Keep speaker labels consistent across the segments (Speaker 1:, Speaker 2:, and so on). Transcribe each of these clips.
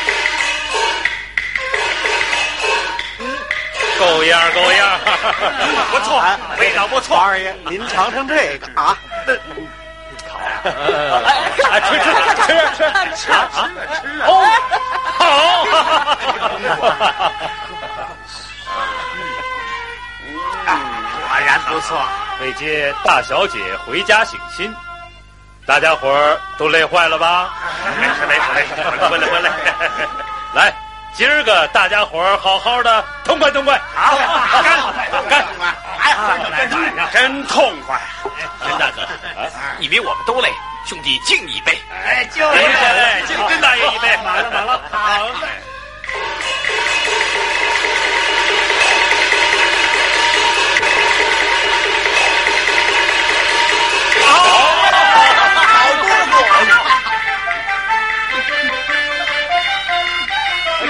Speaker 1: 不错，味道不错。
Speaker 2: 哎王二爷，您尝尝这个啊！
Speaker 1: 哎，吃吃吃吃吃啊啊！哦，好，
Speaker 2: 果然不错。
Speaker 3: 为接大小姐回家省心，大家伙儿都累坏了吧？
Speaker 1: 没事没事没事，
Speaker 3: 回 来回来，来，今儿个大家伙儿好好的痛快痛快，
Speaker 2: 哎
Speaker 1: 好，哎干干！
Speaker 3: 呀
Speaker 1: 真痛快！
Speaker 3: 陈大哥，啊，
Speaker 4: 你比我们都累，兄弟敬你一杯。
Speaker 2: 哎，就
Speaker 3: 哎哎，敬甄大爷一杯，满了满了。
Speaker 2: 好嘞。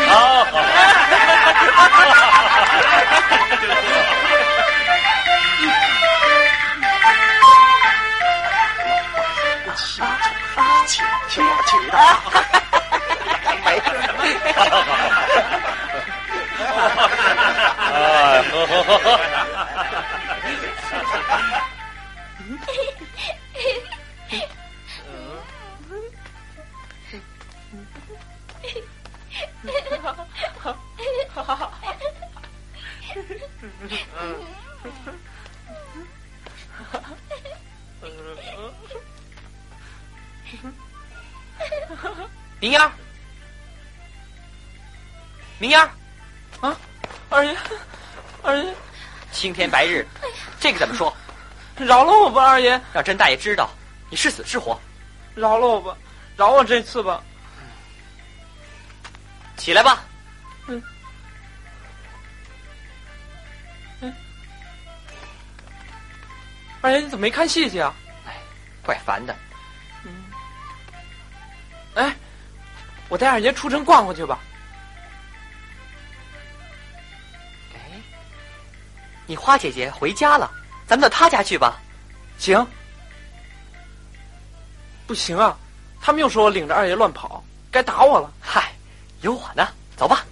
Speaker 3: 好，好，
Speaker 2: 听我去的，
Speaker 3: 哎，喝喝喝喝。
Speaker 4: 明阳，明阳，
Speaker 5: 二爷，二爷，
Speaker 4: 青天白日，这个怎么说？
Speaker 5: 饶了我吧，二爷，
Speaker 4: 让甄大爷知道你是死是活。
Speaker 5: 饶了我吧，饶我这次吧。
Speaker 4: 起来吧。
Speaker 5: 嗯。嗯。二爷，你怎么没看戏去啊？
Speaker 4: 怪烦的，
Speaker 5: 哎，我带二爷出城逛逛去吧。
Speaker 4: 哎你花姐姐回家了，咱们到她家去吧。
Speaker 5: 行。不行啊，他们又说我领着二爷乱跑，该打我了。
Speaker 4: 嗨，有我呢，走吧。